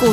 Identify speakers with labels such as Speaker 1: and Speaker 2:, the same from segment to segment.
Speaker 1: 股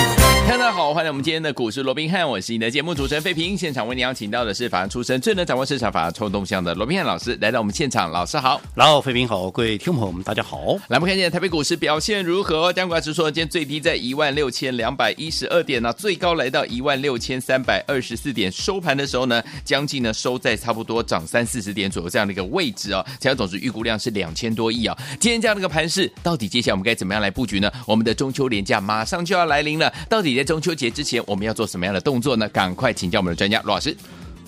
Speaker 2: 大家好，欢迎我们今天的股市罗宾汉，我是你的节目主持人费平。现场为您邀请到的是法案出身、最能掌握市场法案冲动向的罗宾汉老师，来到我们现场。老师好，
Speaker 3: 老费平好，各位听众朋友们，大家好。
Speaker 2: 来，我们看一下台北股市表现如何？加股指数今天最低在一万六千两百一十二点呢、最高来到一万六千三百二十四点，收盘的时候呢，将近呢收在差不多涨三四十点左右这样的一个位置哦。成交总值预估量是两千多亿啊、今天这样的一个盘势，到底接下来我们该怎么样来布局呢？我们的中秋连假马上就要来临了，到底在中秋节之前我们要做什么样的动作呢？赶快请教我们的专家罗老师。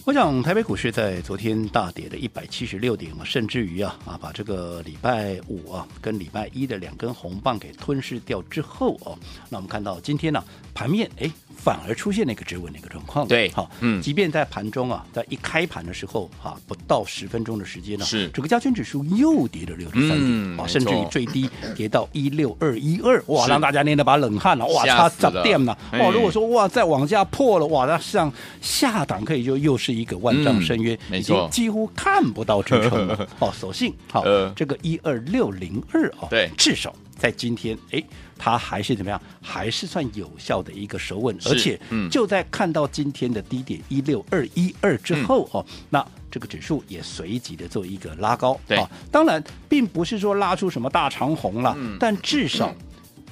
Speaker 3: 我想台北股市在昨天大跌了一百七十六点啊，甚至于啊啊，把这个礼拜五啊跟礼拜一的两根红棒给吞噬掉之后哦、那我们看到今天呢、盘面哎反而出现了一个止稳的一个状况了。
Speaker 2: 对
Speaker 3: 好，
Speaker 2: 嗯
Speaker 3: 即便在盘中啊，在一开盘的时候哈、不到十分钟的时间呢、
Speaker 2: 是
Speaker 3: 整个加权指数又跌了六十三
Speaker 2: 嗯
Speaker 3: 点啊，甚至
Speaker 2: 没
Speaker 3: 于
Speaker 2: 错
Speaker 3: 最低跌到一六二一二，哇，
Speaker 2: 是
Speaker 3: 让大家捏了把冷汗了，啊哇，
Speaker 2: 吓
Speaker 3: 差
Speaker 2: 死了
Speaker 3: 十点了，
Speaker 2: 哎
Speaker 3: 哇，如果说哇再往下破了，哇，那上下档可以就又是一个万丈深渊，
Speaker 2: 嗯
Speaker 3: 已经
Speaker 2: 没错
Speaker 3: 几乎看不到支 撑了。哦，所幸好、
Speaker 2: 呃
Speaker 3: 这个一二六零二哦，
Speaker 2: 对
Speaker 3: 至少在今天，哎，它还是怎么样？还是算有效的一个手稳，
Speaker 2: 是
Speaker 3: 而且
Speaker 2: 嗯
Speaker 3: 就在看到今天的低点一六二一二之
Speaker 2: 嗯
Speaker 3: 后、哦，那。这个指数也随即的做一个拉高，
Speaker 2: 对
Speaker 3: 啊当然并不是说拉出什么大长虹了，
Speaker 2: 嗯
Speaker 3: 但至少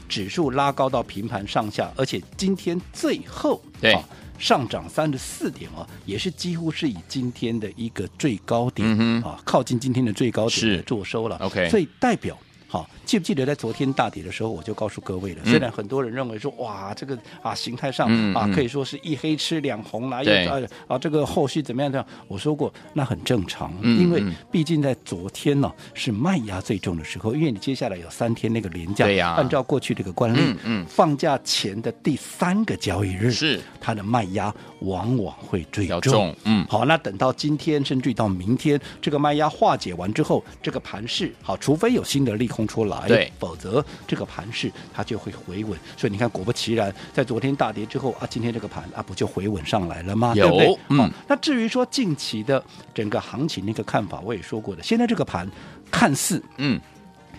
Speaker 3: 指数拉高到平盘上下，而且今天最后
Speaker 2: 对
Speaker 3: 啊、上涨三十四点啊，也是几乎是以今天的一个最高点、
Speaker 2: 嗯
Speaker 3: 啊，靠近今天的最高点
Speaker 2: 是
Speaker 3: 来做收了。
Speaker 2: OK
Speaker 3: 所以代表。好，记不记得在昨天大跌的时候，我就告诉各位了。虽然很多人认为说，哇，这个啊形态上、
Speaker 2: 嗯
Speaker 3: 啊
Speaker 2: 嗯
Speaker 3: 可以说是一黑吃两红啦，又
Speaker 2: 对
Speaker 3: 啊啊这个后续怎么样怎么样？我说过，那很正常，
Speaker 2: 嗯
Speaker 3: 因为
Speaker 2: 嗯
Speaker 3: 毕竟在昨天呢、是卖压最重的时候，因为你接下来有三天那个连假，
Speaker 2: 对呀
Speaker 3: 按照过去这个惯例，
Speaker 2: 嗯嗯
Speaker 3: 放假前的第三个交易日
Speaker 2: 是
Speaker 3: 它的卖压往往会最
Speaker 2: 要
Speaker 3: 重。
Speaker 2: 重嗯
Speaker 3: 好，那等到今天甚至于到明天，这个卖压化解完之后，这个盘势好，除非有新的利空出来，
Speaker 2: 对
Speaker 3: 否则这个盘势它就会回稳。所以你看，果不其然，在昨天大跌之后啊，今天这个盘啊不就回稳上来了吗？
Speaker 2: 有
Speaker 3: 对不对？
Speaker 2: 嗯
Speaker 3: 好那至于说近期的整个行情那个看法，我也说过的，现在这个盘看似
Speaker 2: 嗯，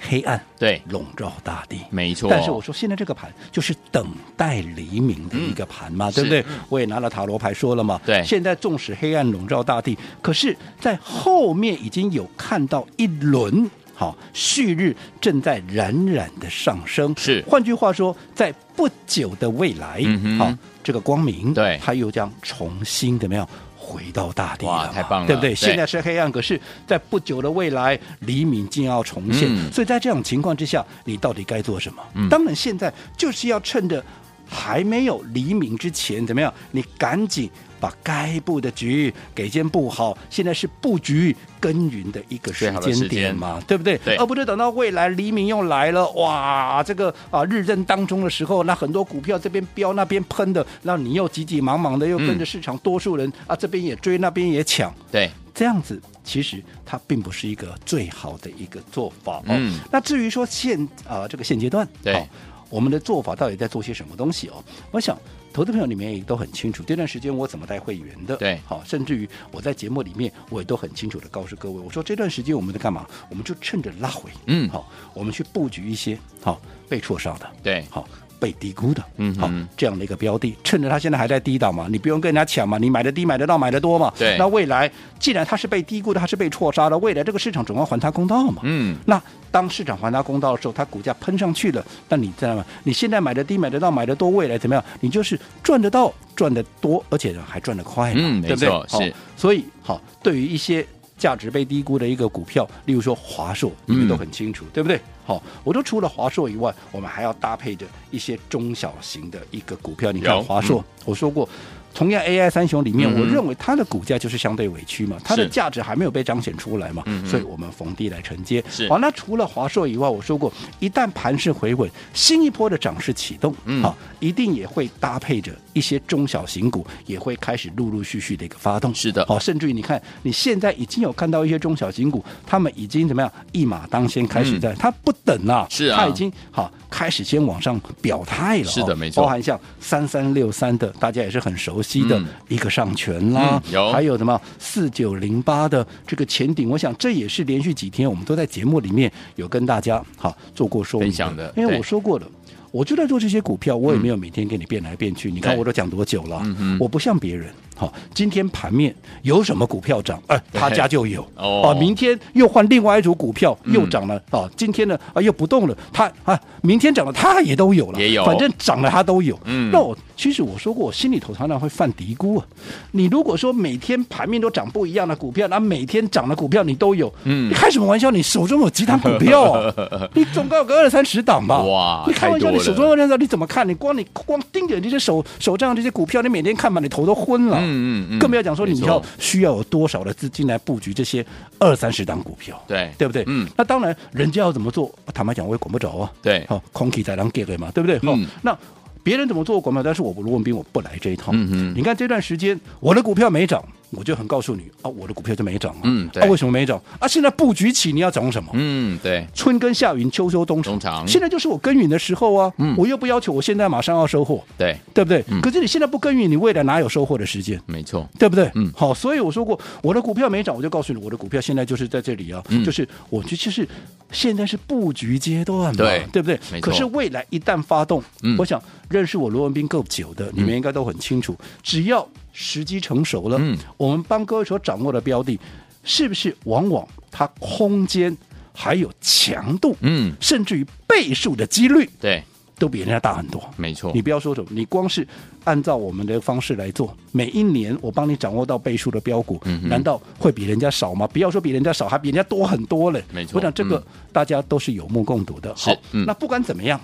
Speaker 3: 黑暗
Speaker 2: 对，
Speaker 3: 笼罩大地，
Speaker 2: 没错。
Speaker 3: 但是我说现在这个盘就是等待黎明的一个盘嘛，对不对？我也拿了塔罗牌说了嘛，
Speaker 2: 嗯对
Speaker 3: 现在纵使黑暗笼罩大地，可是，在后面已经有看到一轮。好，旭日正在冉冉的上升。
Speaker 2: 是
Speaker 3: 换句话说，在不久的未来，
Speaker 2: 嗯哼
Speaker 3: 好，这个光明，
Speaker 2: 对
Speaker 3: 它又将重新怎么样回到大地了嘛？
Speaker 2: 哇太棒了
Speaker 3: 对不对？
Speaker 2: 对
Speaker 3: 现在是黑暗，可是，在不久的未来，黎明竟要重现。
Speaker 2: 嗯
Speaker 3: 所以在这种情况之下，你到底该做什么？当然，现在就是要趁着还没有黎明之前，怎么样？你赶紧把该布的局给先布好。现在是布局耕耘的一个
Speaker 2: 最
Speaker 3: 时
Speaker 2: 好的时间
Speaker 3: 间点嘛，对不对？
Speaker 2: 对
Speaker 3: 而不是等到未来黎明又来了，哇，这个啊日正当中的时候，那很多股票这边飙那边喷的，那你又急急忙忙的又跟
Speaker 2: 嗯
Speaker 3: 着市场多数人、啊这边也追那边也抢，
Speaker 2: 对，
Speaker 3: 这样子其实它并不是一个最好的一个做法哦。
Speaker 2: 嗯
Speaker 3: 那至于说现啊、这个现阶段，
Speaker 2: 对
Speaker 3: 好我们的做法到底在做些什么东西哦？我想。投资朋友里面也都很清楚，这段时间我怎么带会员的，
Speaker 2: 对
Speaker 3: 好，甚至于我在节目里面我也都很清楚的告诉各位，我说这段时间我们在干嘛？我们就趁着拉回，
Speaker 2: 嗯
Speaker 3: 好，我们去布局一些好被错杀的，
Speaker 2: 对
Speaker 3: 好被低估的，
Speaker 2: 嗯
Speaker 3: 好
Speaker 2: 哼
Speaker 3: 这样的一个标的，趁着它现在还在低档嘛，你不用跟人家抢嘛，你买的低买得到买得多嘛，
Speaker 2: 对
Speaker 3: 那未来既然它是被低估的，它是被错杀的，未来这个市场总要还它公道嘛，
Speaker 2: 嗯，
Speaker 3: 那当市场还它公道的时候，它股价喷上去了，那你知道吗？你现在买的低，买得到，买得多，未来怎么样？你就是赚得到，赚得多，而且呢还赚得快嘛，
Speaker 2: 嗯
Speaker 3: 对不
Speaker 2: 没
Speaker 3: 对？
Speaker 2: 错
Speaker 3: 好
Speaker 2: 是
Speaker 3: 所以好，对于一些价值被低估的一个股票，例如说华硕，你们
Speaker 2: 嗯
Speaker 3: 都很清楚，对不对？好，我说除了华硕以外，我们还要搭配着一些中小型的一个股票。你看
Speaker 2: 有
Speaker 3: 华硕，我说过。同样 AI 三雄里面，
Speaker 2: 嗯哼
Speaker 3: 我认为它的股价就是相对委屈嘛，它的
Speaker 2: 是
Speaker 3: 价值还没有被彰显出来嘛
Speaker 2: 嗯，哼
Speaker 3: 所以我们逢低来承接
Speaker 2: 是。
Speaker 3: 好，那除了华硕以外，我说过，一旦盘势回稳，新一波的涨势启动，
Speaker 2: 嗯
Speaker 3: 好，一定也会搭配着一些中小型股也会开始陆陆续续的一个发动。
Speaker 2: 是的
Speaker 3: 好，甚至于你看，你现在已经有看到一些中小型股，他们已经怎么样一马当先开始
Speaker 2: 嗯
Speaker 3: 在，它不等啦，
Speaker 2: 是啊
Speaker 3: 它已经好开始先往上表态了哦，
Speaker 2: 是的没错
Speaker 3: 包含像三三六三的，大家也是很熟悉的
Speaker 2: 嗯
Speaker 3: 一个上权啦，
Speaker 2: 嗯有
Speaker 3: 还有什么四九零八的这个前顶，我想这也是连续几天我们都在节目里面有跟大家好做过说明
Speaker 2: 分享的
Speaker 3: 因为
Speaker 2: 对
Speaker 3: 我说过了。我就在做这些股票，我也没有每天给你变来变去。你看
Speaker 2: 对
Speaker 3: 我都讲多久了
Speaker 2: 嗯哼？
Speaker 3: 我不像别人，好、今天盘面有什么股票涨，哎、他家就有
Speaker 2: 哦
Speaker 3: 啊明天又换另外一组股票
Speaker 2: 嗯
Speaker 3: 又涨了、哦，今天呢啊又不动了，他啊明天涨了他也都有了，
Speaker 2: 也有
Speaker 3: 反正涨了他都有。
Speaker 2: 嗯
Speaker 3: 那我其实我说过，我心里头常常会犯嘀咕啊。你如果说每天盘面都涨不一样的股票，那每天涨的股票你都有，
Speaker 2: 嗯
Speaker 3: 你开什么玩笑？你手中有几档股 票啊？你总该有个二三十档吧？
Speaker 2: 哇
Speaker 3: 你开玩笑，
Speaker 2: 太多了
Speaker 3: 你手中二三十档你怎么看？你光你光盯着你这些手手账这些股票，你每天看吧，你头都昏了。
Speaker 2: 嗯嗯嗯
Speaker 3: 更不要讲说
Speaker 2: 没
Speaker 3: 你
Speaker 2: 错
Speaker 3: 要需要有多少的资金来布局这些二三十档股票，
Speaker 2: 对
Speaker 3: 对不对？
Speaker 2: 嗯，
Speaker 3: 那当然，人家要怎么做，坦白讲我也管不着啊。
Speaker 2: 对
Speaker 3: 好、空气才能给的嘛，对不对？好、
Speaker 2: 嗯
Speaker 3: 那。别人怎么做我管不了，但是我罗文斌我不来这一套。
Speaker 2: 嗯哼
Speaker 3: 你看这段时间我的股票没涨，我就很告诉你啊，我的股票就没涨啊。
Speaker 2: 嗯对
Speaker 3: 啊，为什么没涨？啊，现在布局起，你要涨什么？
Speaker 2: 嗯，对，
Speaker 3: 春耕夏耘，秋收冬藏。
Speaker 2: 中长
Speaker 3: 现在就是我耕耘的时候啊，
Speaker 2: 嗯
Speaker 3: 我又不要求我现在马上要收获，
Speaker 2: 对，
Speaker 3: 对不对？
Speaker 2: 嗯
Speaker 3: 可是你现在不耕耘，你未来哪有收获的时间？
Speaker 2: 没错，
Speaker 3: 对不对？
Speaker 2: 嗯
Speaker 3: 好，所以我说过，我的股票没涨，我就告诉你，我的股票现在就是在这里啊，
Speaker 2: 嗯
Speaker 3: 就是我就就是现在是布局阶段嘛，
Speaker 2: 对
Speaker 3: 不对
Speaker 2: 没？错
Speaker 3: 可是未来一旦发动，
Speaker 2: 嗯
Speaker 3: 我想认识我罗文斌够久的，你们应该都很清楚，只要时机成熟了，
Speaker 2: 嗯
Speaker 3: 我们帮各位所掌握的标的，是不是往往它空间还有强度，
Speaker 2: 嗯，
Speaker 3: 甚至于倍数的几率
Speaker 2: 对，
Speaker 3: 都比人家大很多？
Speaker 2: 没错
Speaker 3: 你，不要说什么，你光是按照我们的方式来做，每一年我帮你掌握到倍数的标股，
Speaker 2: 嗯哼
Speaker 3: 难道会比人家少吗？不要说比人家少，还比人家多很多嘞。
Speaker 2: 没错
Speaker 3: 我想这个
Speaker 2: 嗯
Speaker 3: 大家都是有目共睹的。
Speaker 2: 是
Speaker 3: 好，
Speaker 2: 嗯
Speaker 3: 那不管怎么样。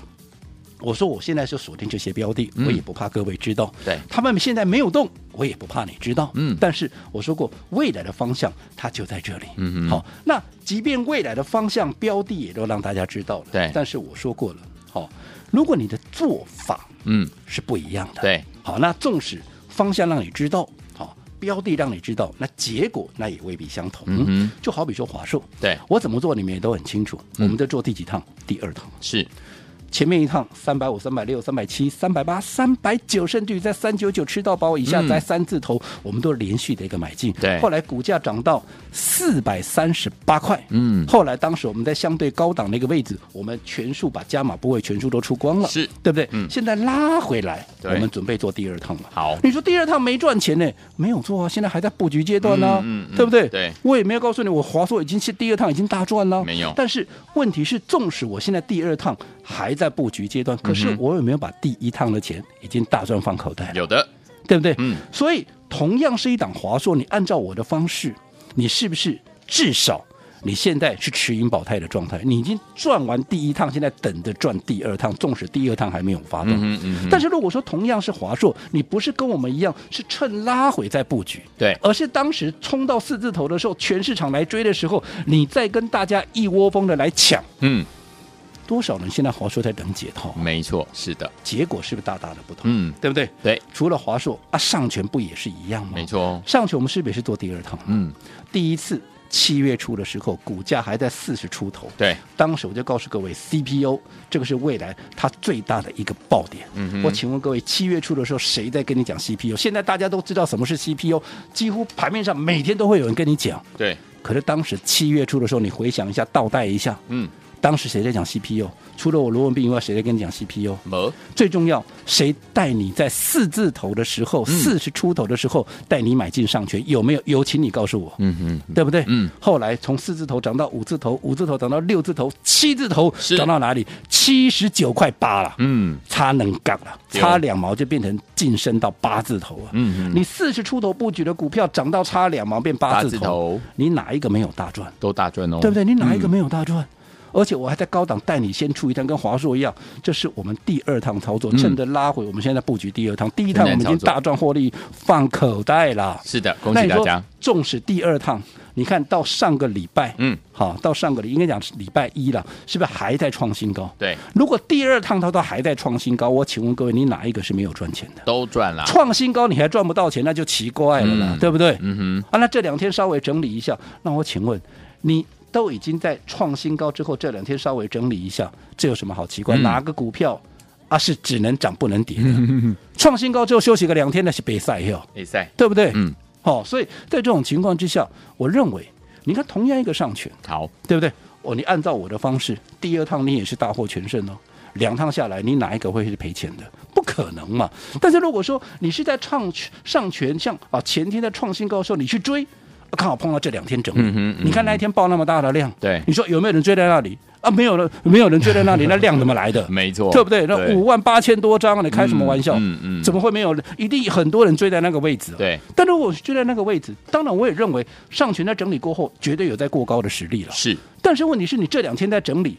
Speaker 3: 我说我现在就锁定这些标的，
Speaker 2: 嗯
Speaker 3: 我也不怕各位知道。
Speaker 2: 对
Speaker 3: 他们现在没有动，我也不怕你知道。
Speaker 2: 嗯
Speaker 3: 但是我说过，未来的方向它就在这里。
Speaker 2: 嗯哼
Speaker 3: 好，那即便未来的方向标的也都让大家知道了。
Speaker 2: 对
Speaker 3: 但是我说过了，好，如果你的做法
Speaker 2: 嗯，
Speaker 3: 是不一样的。，
Speaker 2: 对，
Speaker 3: 好，那纵使方向让你知道，好标的让你知道，那结果那也未必相同。
Speaker 2: 嗯哼
Speaker 3: 就好比说华硕，
Speaker 2: 对，嗯
Speaker 3: 我怎么做你们也都很清楚。我们在做第几趟？第二趟，
Speaker 2: 是，
Speaker 3: 前面一趟三百五、三百六、三百七、三百八、三百九，甚至于在三九九吃到饱以下，
Speaker 2: 嗯
Speaker 3: 在三字头，我们都连续的一个买进。
Speaker 2: 对
Speaker 3: 后来股价涨到四百三十八块。
Speaker 2: 嗯
Speaker 3: 后来当时我们在相对高档的一个位置，我们全数把加码部位全数都出光了。
Speaker 2: 是，
Speaker 3: 对不对？
Speaker 2: 嗯
Speaker 3: 现在拉回来，我
Speaker 2: 对
Speaker 3: 们准备做第二趟了。
Speaker 2: 好，
Speaker 3: 你说第二趟没赚钱呢？没有做啊，现在还在布局阶段呢、啊
Speaker 2: 嗯嗯嗯
Speaker 3: 对不对？
Speaker 2: 对
Speaker 3: 我也没有告诉你，我华硕已经是第二趟已经大赚了，
Speaker 2: 没有
Speaker 3: 但是问题是，纵使我现在第二趟还在布局阶段，可是
Speaker 2: 嗯哼
Speaker 3: 我有没有把第一趟的钱已经大赚放口袋了？
Speaker 2: 有的，
Speaker 3: 对不对？
Speaker 2: 嗯
Speaker 3: 所以同样是一档华硕，你按照我的方式，你是不是至少你现在是持盈保泰的状态？你已经赚完第一趟，现在等着赚第二趟，纵使第二趟还没有发动。
Speaker 2: 嗯哼嗯哼
Speaker 3: 但是如果说同样是华硕，你不是跟我们一样是趁拉回再布局，
Speaker 2: 对，
Speaker 3: 而是当时冲到四字头的时候，全市场来追的时候，你再跟大家一窝蜂的来抢，
Speaker 2: 嗯，
Speaker 3: 多少人现在华硕在等解套啊？
Speaker 2: 没错，是的，
Speaker 3: 结果是不是大大的不同？
Speaker 2: 嗯，
Speaker 3: 对不对？
Speaker 2: 对，
Speaker 3: 除了华硕啊，上权不也是一样吗？
Speaker 2: 没错哦，
Speaker 3: 上去我们是不是也是做第二趟？
Speaker 2: 嗯，
Speaker 3: 第一次七月初的时候，股价还在四十出头。
Speaker 2: 对，
Speaker 3: 当时我就告诉各位，CPU 这个是未来它最大的一个爆点。
Speaker 2: 嗯哼
Speaker 3: 我请问各位，七月初的时候谁在跟你讲 CPU？现在大家都知道什么是 CPU，几乎盘面上每天都会有人跟你讲。
Speaker 2: 对，
Speaker 3: 可是当时七月初的时候，你回想一下，倒带一下，
Speaker 2: 嗯，
Speaker 3: 当时谁在讲 CPU？除了我罗文斌以外，谁在跟你讲 CPU？
Speaker 2: 没，
Speaker 3: 最重要，谁带你在四字头的时候，
Speaker 2: 嗯
Speaker 3: 四、十出头的时候带你买进上权，有没有？有，请你告诉我，
Speaker 2: 嗯哼，
Speaker 3: 对不对？
Speaker 2: 嗯。
Speaker 3: 后来从四字头涨到五字头，五字头涨到六字头，七字头
Speaker 2: 是
Speaker 3: 涨到哪里？七十九块八了，
Speaker 2: 嗯，
Speaker 3: 差能杠了，
Speaker 2: 有
Speaker 3: 差两毛就变成晋升到八字头啊。
Speaker 2: 嗯哼
Speaker 3: 你四十出头布局的股票涨到差两毛变八
Speaker 2: 八
Speaker 3: 字
Speaker 2: 字
Speaker 3: 头，
Speaker 2: 头
Speaker 3: 你哪一个没有大赚？
Speaker 2: 都大赚哦，
Speaker 3: 对不对？你哪一个
Speaker 2: 嗯
Speaker 3: 没有大赚？而且我还在高档带你先出一趟，跟华硕一样，这是我们第二趟操作，
Speaker 2: 嗯
Speaker 3: 趁着拉回，我们现在布局第二趟，第一趟我们已
Speaker 2: 仍然
Speaker 3: 经
Speaker 2: 操作
Speaker 3: 大赚获利，放口袋啦。
Speaker 2: 是的，恭
Speaker 3: 那
Speaker 2: 喜
Speaker 3: 你
Speaker 2: 大
Speaker 3: 说
Speaker 2: 家。
Speaker 3: 纵使第二趟，你看到上个礼拜，
Speaker 2: 嗯，
Speaker 3: 好，到上个礼应该讲是礼拜一了，是不是还在创新高？
Speaker 2: 对，
Speaker 3: 如果第二趟它都还在创新高，我请问各位，你哪一个是没有赚钱的？
Speaker 2: 都赚了。
Speaker 3: 创新高你还赚不到钱，那就奇怪了啦，
Speaker 2: 嗯
Speaker 3: 对不对？
Speaker 2: 嗯
Speaker 3: 啊，那这两天稍微整理一下，那我请问你。都已经在创新高之后，这两天稍微整理一下，这有什么好奇怪？
Speaker 2: 嗯
Speaker 3: 哪个股票啊是只能涨不能跌的？ 创新高之后休息个两天，那是别赛哟，
Speaker 2: 哼，比赛，
Speaker 3: 对不对？
Speaker 2: 嗯，
Speaker 3: 好、所以在这种情况之下，我认为，你看同样一个上权，
Speaker 2: 好，
Speaker 3: 对不对？哦，你按照我的方式，第二趟你也是大获全胜哦。两趟下来，你哪一个会是赔钱的？不可能嘛！但是如果说你是在创上权，像啊前天在创新高的时候，你去追，啊刚好碰到这两天整理，
Speaker 2: 嗯哼嗯哼
Speaker 3: 你看那一天爆那么大的量，
Speaker 2: 对
Speaker 3: 你说有没有人追在那里啊？没有人，没有人追 在那里，那量怎么来的？
Speaker 2: 没错，
Speaker 3: 对不对？那五万八千多张，你开什么玩笑？
Speaker 2: 嗯嗯嗯
Speaker 3: 怎么会没有人？一定很多人追在那个位置、哦。
Speaker 2: 对，
Speaker 3: 但如果我追在那个位置，当然我也认为上权在整理过后，绝对有在过高的实力了。
Speaker 2: 是
Speaker 3: 但是问题是你这两天在整理，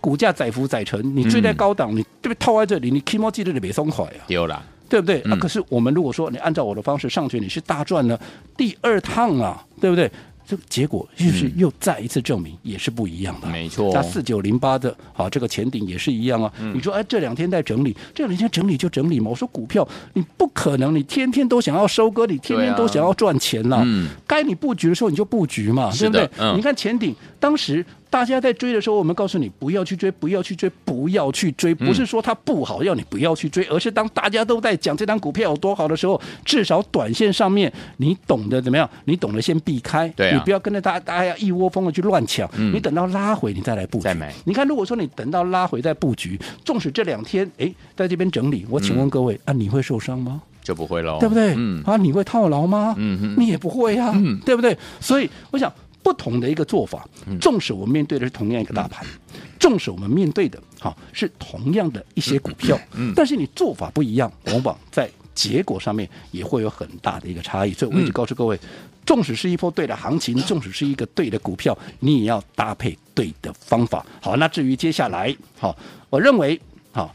Speaker 3: 股价载浮载沉，你追
Speaker 2: 嗯
Speaker 3: 在高档，你这边套在这里，你 K 猫记得你别松垮呀、
Speaker 2: 丢了，
Speaker 3: 对不对？啊
Speaker 2: 嗯，
Speaker 3: 可是我们如果说你按照我的方式上去，你是大赚了第二趟啊，对不对？这个结果就是又再一次证明，也是不一样的。
Speaker 2: 没错哦
Speaker 3: 那四九零八的，好，这个前顶也是一样啊。
Speaker 2: 嗯
Speaker 3: 你说，哎，这两天在整理，这两天整理就整理嘛。我说股票，你不可能，你天天都想要收割，你天
Speaker 2: 对
Speaker 3: 天
Speaker 2: 啊
Speaker 3: 都想要赚钱呐、
Speaker 2: 嗯
Speaker 3: 该你布局的时候你就布局嘛，
Speaker 2: 是
Speaker 3: 对不
Speaker 2: 的
Speaker 3: 对？
Speaker 2: 嗯
Speaker 3: 你看前顶当时。大家在追的时候，我们告诉你不要去追，不要去追，不要去追，不
Speaker 2: 嗯
Speaker 3: 是说它不好要你不要去追，而是当大家都在讲这张股票有多好的时候，至少短线上面你懂得怎么样，你懂得先避开，
Speaker 2: 对啊
Speaker 3: 你不要跟着大大家一窝蜂的去乱抢，
Speaker 2: 嗯
Speaker 3: 你等到拉回你再来布局
Speaker 2: 再买。
Speaker 3: 你看，如果说你等到拉回再布局，纵使这两天哎在这边整理，我
Speaker 2: 嗯
Speaker 3: 请问各位、啊，你会受伤吗？
Speaker 2: 就不会喽，
Speaker 3: 对不对？
Speaker 2: 嗯，
Speaker 3: 啊，你会套牢吗？
Speaker 2: 嗯哼
Speaker 3: 你也不会呀、
Speaker 2: 嗯
Speaker 3: 对不对？所以我想，不同的一个做法，纵使我们面对的是同样一个大盘，
Speaker 2: 嗯
Speaker 3: 纵使我们面对的好、是同样的一些股票，
Speaker 2: 嗯
Speaker 3: 但是你做法不一样，往往在结果上面也会有很大的一个差异。所以我一直告诉各位。
Speaker 2: 嗯
Speaker 3: 纵使是一波对的行情，纵使是一个对的股票，你也要搭配对的方法。好，那至于接下来，好，我认为，好，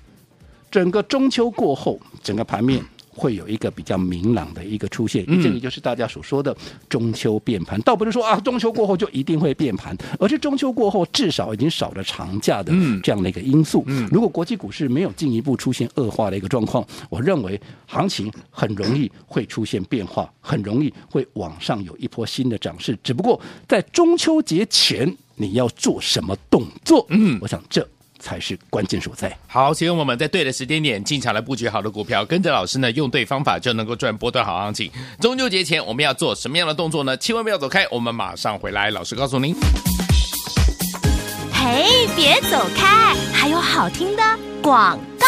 Speaker 3: 整个中秋过后，整个盘面会有一个比较明朗的一个出
Speaker 2: 嗯
Speaker 3: 现，这个就是大家所说的中秋变盘。倒不是说啊，中秋过后就一定会变盘，而是中秋过后至少已经少了长假的
Speaker 2: 嗯
Speaker 3: 这样的一个因素。
Speaker 2: 嗯
Speaker 3: 如果国际股市没有进一步出现恶化的一个状况，我认为行情很容易会出现变化，很容易会往上有一波新的涨势。只不过在中秋节前，你要做什么动作？
Speaker 2: 嗯
Speaker 3: 我想这才是关键所在。
Speaker 2: 好，请我们在对的时间点进场来布局好的股票，跟着老师呢用对方法就能够赚波段好行情。中秋节前我们要做什么样的动作呢？千万不要走开，我们马上回来。老师告诉您。
Speaker 1: 嘿，别走开，还有好听的广告。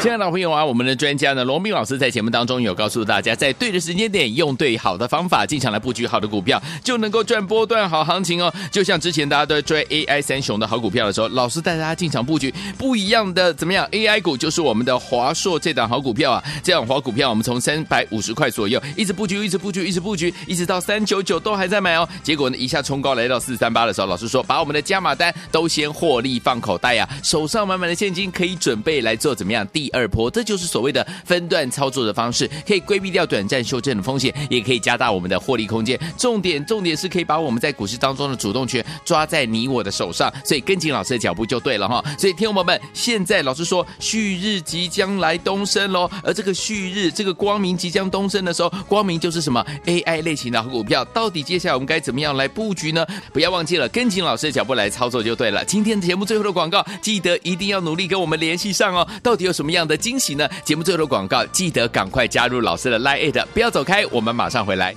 Speaker 2: 亲爱的朋友啊，我们的专家呢，罗斌老师在节目当中有告诉大家，在对的时间点，用对好的方法进场来布局好的股票，就能够赚波段好行情哦。就像之前大家都在追 AI 三雄的好股票的时候，老师带大家进场布局不一样的怎么样 AI 股，就是我们的华硕这档好股票啊。这档好股票我们从三百五十块左右一直布局，一直布局，一直布局，一直到三九九都还在买哦。结果呢，一下冲高来到四三八的时候，老师说把我们的加码单都先获利放口袋呀、啊手上满满的现金可以准备来做怎么样第二波，这就是所谓的分段操作的方式，可以规避掉短暂修正的风险，也可以加大我们的获利空间。重点重点是可以把我们在股市当中的主动权抓在你我的手上，所以跟紧老师的脚步就对了哈。所以听众朋友们，现在老师说旭日即将来东升喽，而这个旭日这个光明即将东升的时候，光明就是什么 AI 类型的好股票，到底接下来我们该怎么样来布局呢？不要忘记了跟紧老师的脚步来操作就对了。今天节目最后的广告，记得一定要努力跟我们联系上哦。到底有什么样的惊喜呢？节目最后的广告，记得赶快加入老师的 Line It，不要走开，我们马上回来。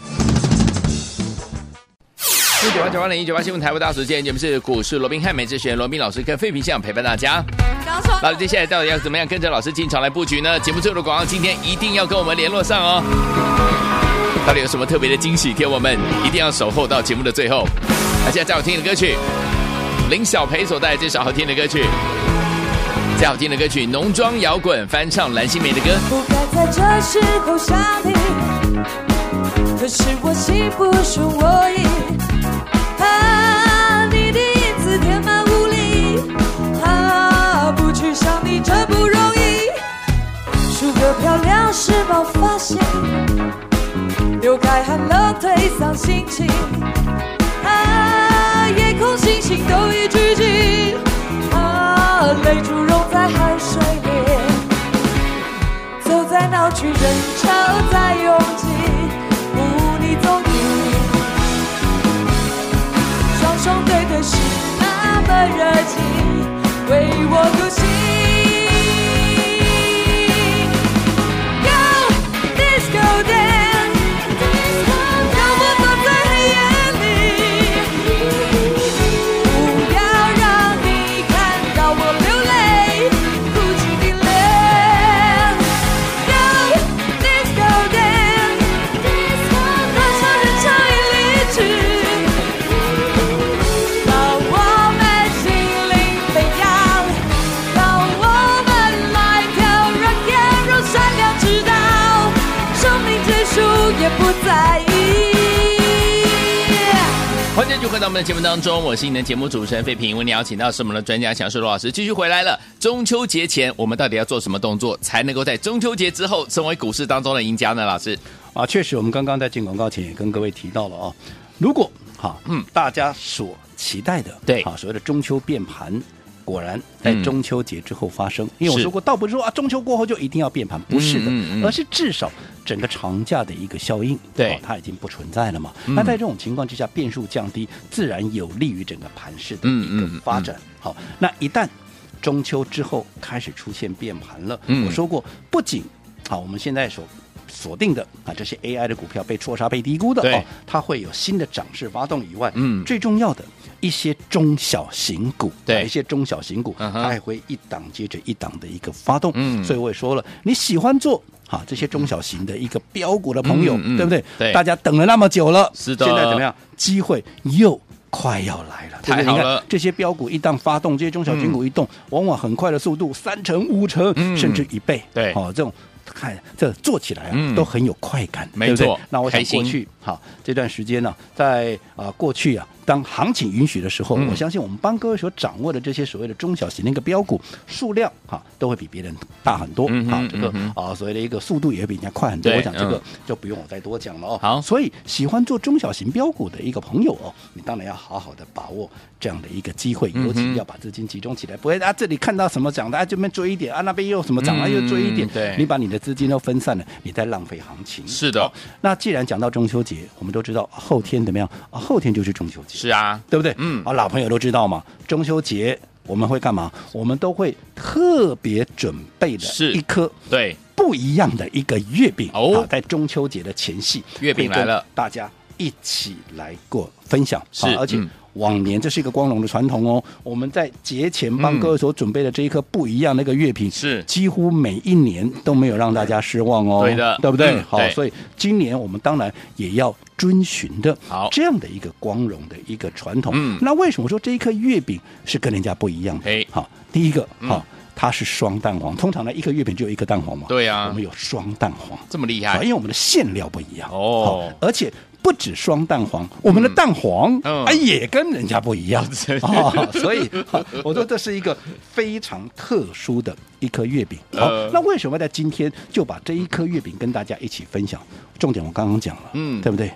Speaker 2: 一九八九八零一九八新闻台为大家所见，节目是股市罗宾汉美之选，罗宾老师跟费平相陪伴大家。
Speaker 1: 刚说
Speaker 2: 老师，接下来到底要怎么样跟着老师进场来布局呢？节目最后的广告，今天一定要跟我们联络上哦。到底有什么特别的惊喜，给我们一定要守候到节目的最后。那现在最好听的歌曲，林小培所带来这首好听的歌曲，最好听的歌曲《浓妆摇滚》，翻唱蓝心湄的歌。
Speaker 4: 不该在这时候想你，可是我心不是我意，啊，你的影子填满屋里，饱发现，又该喊了颓丧心情。啊，夜空星星都已聚集，啊，泪珠融在汗水里，走在闹区人潮在拥挤，无你踪影。双双对对是那么热情，为我鼓心。Go disco dance，让我躲在黑夜里，不要让你看到我流泪，哭泣的脸。Go disco dance，多少人潮已离去。让我们心灵飞扬，让我们来跳 rock and roll，闪亮直到生命结束也不在意。
Speaker 2: 欢迎继续回到我们的节目当中，我是你的节目主持人费平。为你邀请到是我们的专家强势罗老师，继续回来了。中秋节前，我们到底要做什么动作，才能够在中秋节之后成为股市当中的赢家呢？老师，
Speaker 3: 啊，确实，我们刚刚在进广告前也跟各位提到了哦，如果哈，
Speaker 2: 嗯
Speaker 3: 嗯，大家所期待的，
Speaker 2: 对
Speaker 3: 啊，所谓的中秋变盘。果然在
Speaker 2: 嗯
Speaker 3: 中秋节之后发生，因为我
Speaker 2: 是
Speaker 3: 说过，倒不是说啊中秋过后就一定要变盘，不是的，
Speaker 2: 嗯嗯嗯
Speaker 3: 而是至少整个长假的一个效应，
Speaker 2: 对嗯
Speaker 3: 啊它已经不存在了嘛。那在这种情况之下，变数降低，自然有利于整个盘势的一个
Speaker 2: 嗯嗯嗯
Speaker 3: 发展。好，那一旦中秋之后开始出现变盘了，
Speaker 2: 嗯
Speaker 3: 我说过，不仅好，我们现在所锁定的啊这些 AI 的股票被错杀、被低估的
Speaker 2: 对
Speaker 3: 哦，它会有新的涨势发动以外，
Speaker 2: 嗯
Speaker 3: 最重要的一些中小型股，
Speaker 2: 对
Speaker 3: 啊一些中小型股，
Speaker 2: 嗯哼
Speaker 3: 它还会一档接着一档的一个发动，
Speaker 2: 嗯
Speaker 3: 所以我也说了，你喜欢做。啊，这些中小型的一个标股的朋友，
Speaker 2: 嗯嗯
Speaker 3: 对不对？
Speaker 2: 对
Speaker 3: 大家等了那么久了，
Speaker 2: 是的
Speaker 3: 现在怎么样？机会又快要来了，对不
Speaker 2: 太
Speaker 3: 对
Speaker 2: 好
Speaker 3: 你看
Speaker 2: 了
Speaker 3: 这些标股一旦发动，这些中小型股一动，往往很快的速度，三成、五成，
Speaker 2: 嗯
Speaker 3: 甚至一倍，
Speaker 2: 对
Speaker 3: 哦，这种看这做起来啊，
Speaker 2: 嗯
Speaker 3: 都很有快感，
Speaker 2: 没
Speaker 3: 对不对
Speaker 2: 错
Speaker 3: 那我想
Speaker 2: 开心
Speaker 3: 过去好这段时间呢、在啊、过去啊，当行情允许的时候，
Speaker 2: 嗯
Speaker 3: 我相信我们帮各位所掌握的这些所谓的中小型的一个标股数量哈、都会比别人大很多。
Speaker 2: 嗯哼
Speaker 3: 啊，这个啊、
Speaker 2: 嗯
Speaker 3: 所谓的一个速度也会比人家快很多。
Speaker 2: 对
Speaker 3: 我想这个
Speaker 2: 嗯
Speaker 3: 就不用我再多讲了哦。
Speaker 2: 好
Speaker 3: 所以喜欢做中小型标股的一个朋友哦，你当然要好好的把握这样的一个机会，尤
Speaker 2: 嗯
Speaker 3: 其
Speaker 2: 哼
Speaker 3: 要把资金集中起来，不会啊这里看到什么涨的啊这边追一点啊那边又有什么涨啊、
Speaker 2: 嗯
Speaker 3: 又追一点，
Speaker 2: 对
Speaker 3: 你把你的资金都分散了，你在浪费行情。
Speaker 2: 是的
Speaker 3: 好那既然讲到中秋节，我们都知道啊后天怎么样啊？后天就是中秋节，
Speaker 2: 是啊，
Speaker 3: 对不对？
Speaker 2: 嗯
Speaker 3: 啊，老朋友都知道嘛，中秋节我们会干嘛？我们都会特别准备的
Speaker 2: 是
Speaker 3: 一颗
Speaker 2: 对，
Speaker 3: 不一样的一个月饼
Speaker 2: 哦
Speaker 3: 啊在中秋节的前夕，
Speaker 2: 月饼来了，
Speaker 3: 大家一起来过分享，
Speaker 2: 是
Speaker 3: 啊而且
Speaker 2: 嗯。
Speaker 3: 往年这是一个光荣的传统哦，我们在节前帮各位所准备的这一颗不一样的一个月饼，
Speaker 2: 是
Speaker 3: 几乎每一年都没有让大家失望哦，
Speaker 2: 对的
Speaker 3: 对不对？
Speaker 2: 嗯
Speaker 3: 好
Speaker 2: 对，
Speaker 3: 所以今年我们当然也要遵循的
Speaker 2: 好
Speaker 3: 这样的一个光荣的一个传统。
Speaker 2: 嗯
Speaker 3: 那为什么说这一颗月饼是跟人家不一样
Speaker 2: 嘿
Speaker 3: 的？好，第一个
Speaker 2: 嗯
Speaker 3: 好，它是双蛋黄，通常呢一颗月饼只有一个蛋黄嘛，
Speaker 2: 对啊
Speaker 3: 我们有双蛋黄，
Speaker 2: 这么厉
Speaker 3: 好
Speaker 2: 害
Speaker 3: 因，为我们的馅料不一样
Speaker 2: 哦
Speaker 3: 好而且。不止双蛋黄，我们的蛋黄
Speaker 2: 嗯
Speaker 3: 啊也跟人家不一 样
Speaker 2: 真的
Speaker 3: 哦，所以好我说这是一个非常特殊的一颗月饼。好
Speaker 2: 呃，
Speaker 3: 那为什么在今天就把这一颗月饼跟大家一起分享？重点我刚刚讲了，
Speaker 2: 嗯
Speaker 3: 对不对？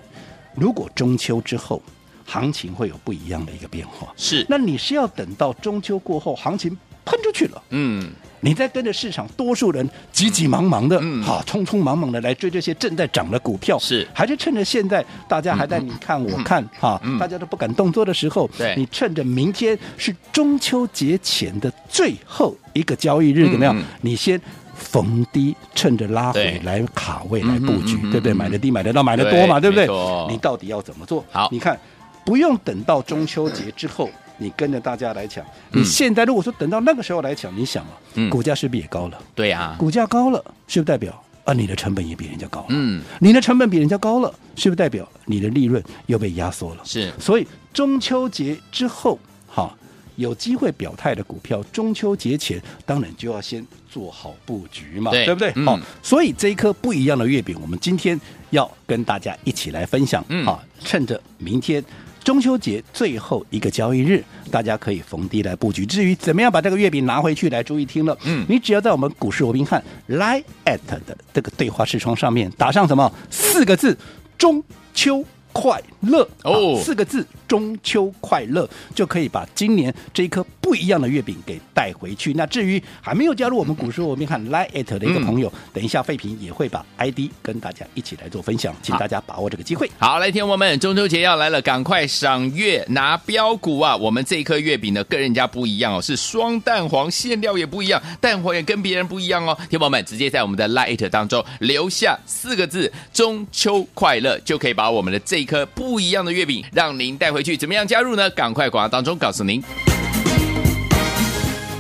Speaker 3: 如果中秋之后行情会有不一样的一个变化，
Speaker 2: 是，
Speaker 3: 那你是要等到中秋过后行情喷出去了，
Speaker 2: 嗯，
Speaker 3: 你在跟着市场，多数人急急忙忙的，
Speaker 2: 嗯
Speaker 3: 好、匆匆忙忙的来追这些正在涨的股票，
Speaker 2: 是
Speaker 3: 还是趁着现在大家还在你看我看哈、
Speaker 2: 嗯
Speaker 3: 大家都不敢动作的时候，
Speaker 2: 对
Speaker 3: 你趁着明天是中秋节前的最后一个交易日，
Speaker 2: 嗯
Speaker 3: 怎么样？
Speaker 2: 嗯
Speaker 3: 你先。逢低趁着拉
Speaker 2: 对
Speaker 3: 回来卡位来布局
Speaker 2: 嗯哼嗯，哼
Speaker 3: 对不对？
Speaker 2: 嗯哼
Speaker 3: 买的低，买的到，买的
Speaker 2: 对
Speaker 3: 多嘛，对不对
Speaker 2: 没错？
Speaker 3: 你到底要怎么做？
Speaker 2: 好
Speaker 3: 你看，不用等到中秋节之后，你跟着大家来抢。你
Speaker 2: 嗯
Speaker 3: 现在如果说等到那个时候来抢，你想啊，
Speaker 2: 嗯
Speaker 3: 股价是不是也高了？
Speaker 2: 对啊，
Speaker 3: 股价高了，是不是代表啊你的成本也比人家高了？
Speaker 2: 嗯，
Speaker 3: 你的成本比人家高了，是不是代表你的利润又被压缩了？
Speaker 2: 是
Speaker 3: 所以中秋节之后，哈，有机会表态的股票，中秋节前当然就要先做好布局嘛，
Speaker 2: 对
Speaker 3: 不对？
Speaker 2: 嗯
Speaker 3: 好、所以这一颗不一样的月饼，我们今天要跟大家一起来分享，
Speaker 2: 嗯
Speaker 3: 啊，趁着明天。中秋节最后一个交易日，大家可以逢低来布局。至于怎么样把这个月饼拿回去来，注意听了，
Speaker 2: 嗯
Speaker 3: 你只要在我们股市罗宾汉 Line at 的这个对话视窗上面打上什么四个字“中秋”。快乐
Speaker 2: 哦
Speaker 3: 啊四个字“中秋快乐”就可以把今年这一颗不一样的月饼给带回去。那至于还没有加入我们股市罗宾汉 Line at 的一个朋友，等一下废品也会把 ID 跟大家一起来做分享，请
Speaker 2: 好
Speaker 3: 大家把握这个机会。
Speaker 2: 好，来，天王们，中秋节要来了，赶快赏月拿标股啊！我们这一颗月饼呢，跟人家不一样哦，是双蛋黄，馅料也不一样，蛋黄也跟别人不一样哦。天王们，直接在我们的 Light 当中留下四个字“中秋快乐”，就可以把我们的这一颗不一样的月饼让您带回去。怎么样加入呢？赶快广告当中告诉您。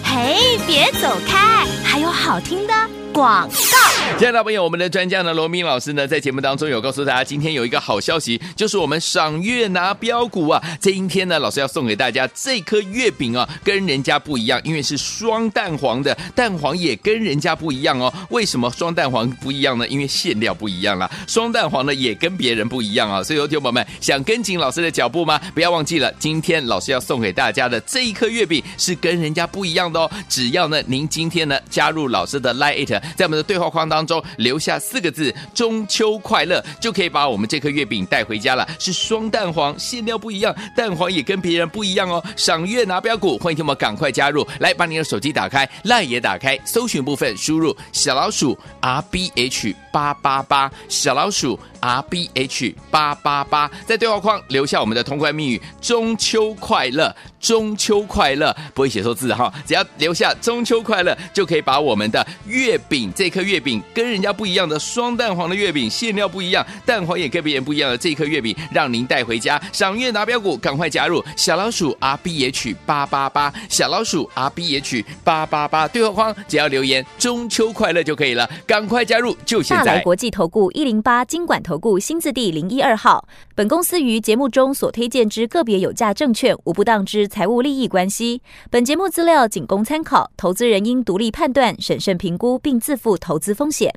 Speaker 1: 嘿，别走开，还有好听的广告。
Speaker 2: 亲爱的朋友我们的专家呢，罗明老师呢，在节目当中有告诉大家，今天有一个好消息，就是我们赏月拿标股啊，这一天呢，老师要送给大家这颗月饼啊，跟人家不一样，因为是双蛋黄的，蛋黄也跟人家不一样哦。为什么双蛋黄不一样呢？因为馅料不一样啦，双蛋黄呢也跟别人不一样啊。所以，有听众朋友们想跟紧老师的脚步吗？不要忘记了，今天老师要送给大家的这一颗月饼是跟人家不一样的哦。只要呢，您今天呢加入老师的 Line It，在我们的对话框当中留下四个字“中秋快乐”，就可以把我们这颗月饼带回家了。是双蛋黄，馅料不一样，蛋黄也跟别人不一样哦。赏月拿标股，欢迎听我们赶快加入，来把你的手机打开，Line 也打开，搜寻部分输入小老鼠 R B H 八八八，小老鼠 R B H 八八八，在对话框留下我们的通关密语“中秋快乐”。中秋快乐，不会写错字哈，只要留下中秋快乐，就可以把我们的月饼这颗月饼跟人家不一样的双蛋黄的月饼，馅料不一样，蛋黄也跟别人不一样的这颗月饼，让您带回家。赏月拿标股，赶快加入小老鼠 R B H 八八八，小老鼠 R B H 八八八，对话框只要留言中秋快乐就可以了，赶快加入，就现
Speaker 5: 大来
Speaker 2: 在。
Speaker 5: 国际投顾一零八金管投顾新字第零一二号。本公司于节目中所推荐之个别有价证券，无不当之财务利益关系。本节目资料仅供参考，投资人应独立判断、审慎评估，并自负投资风险。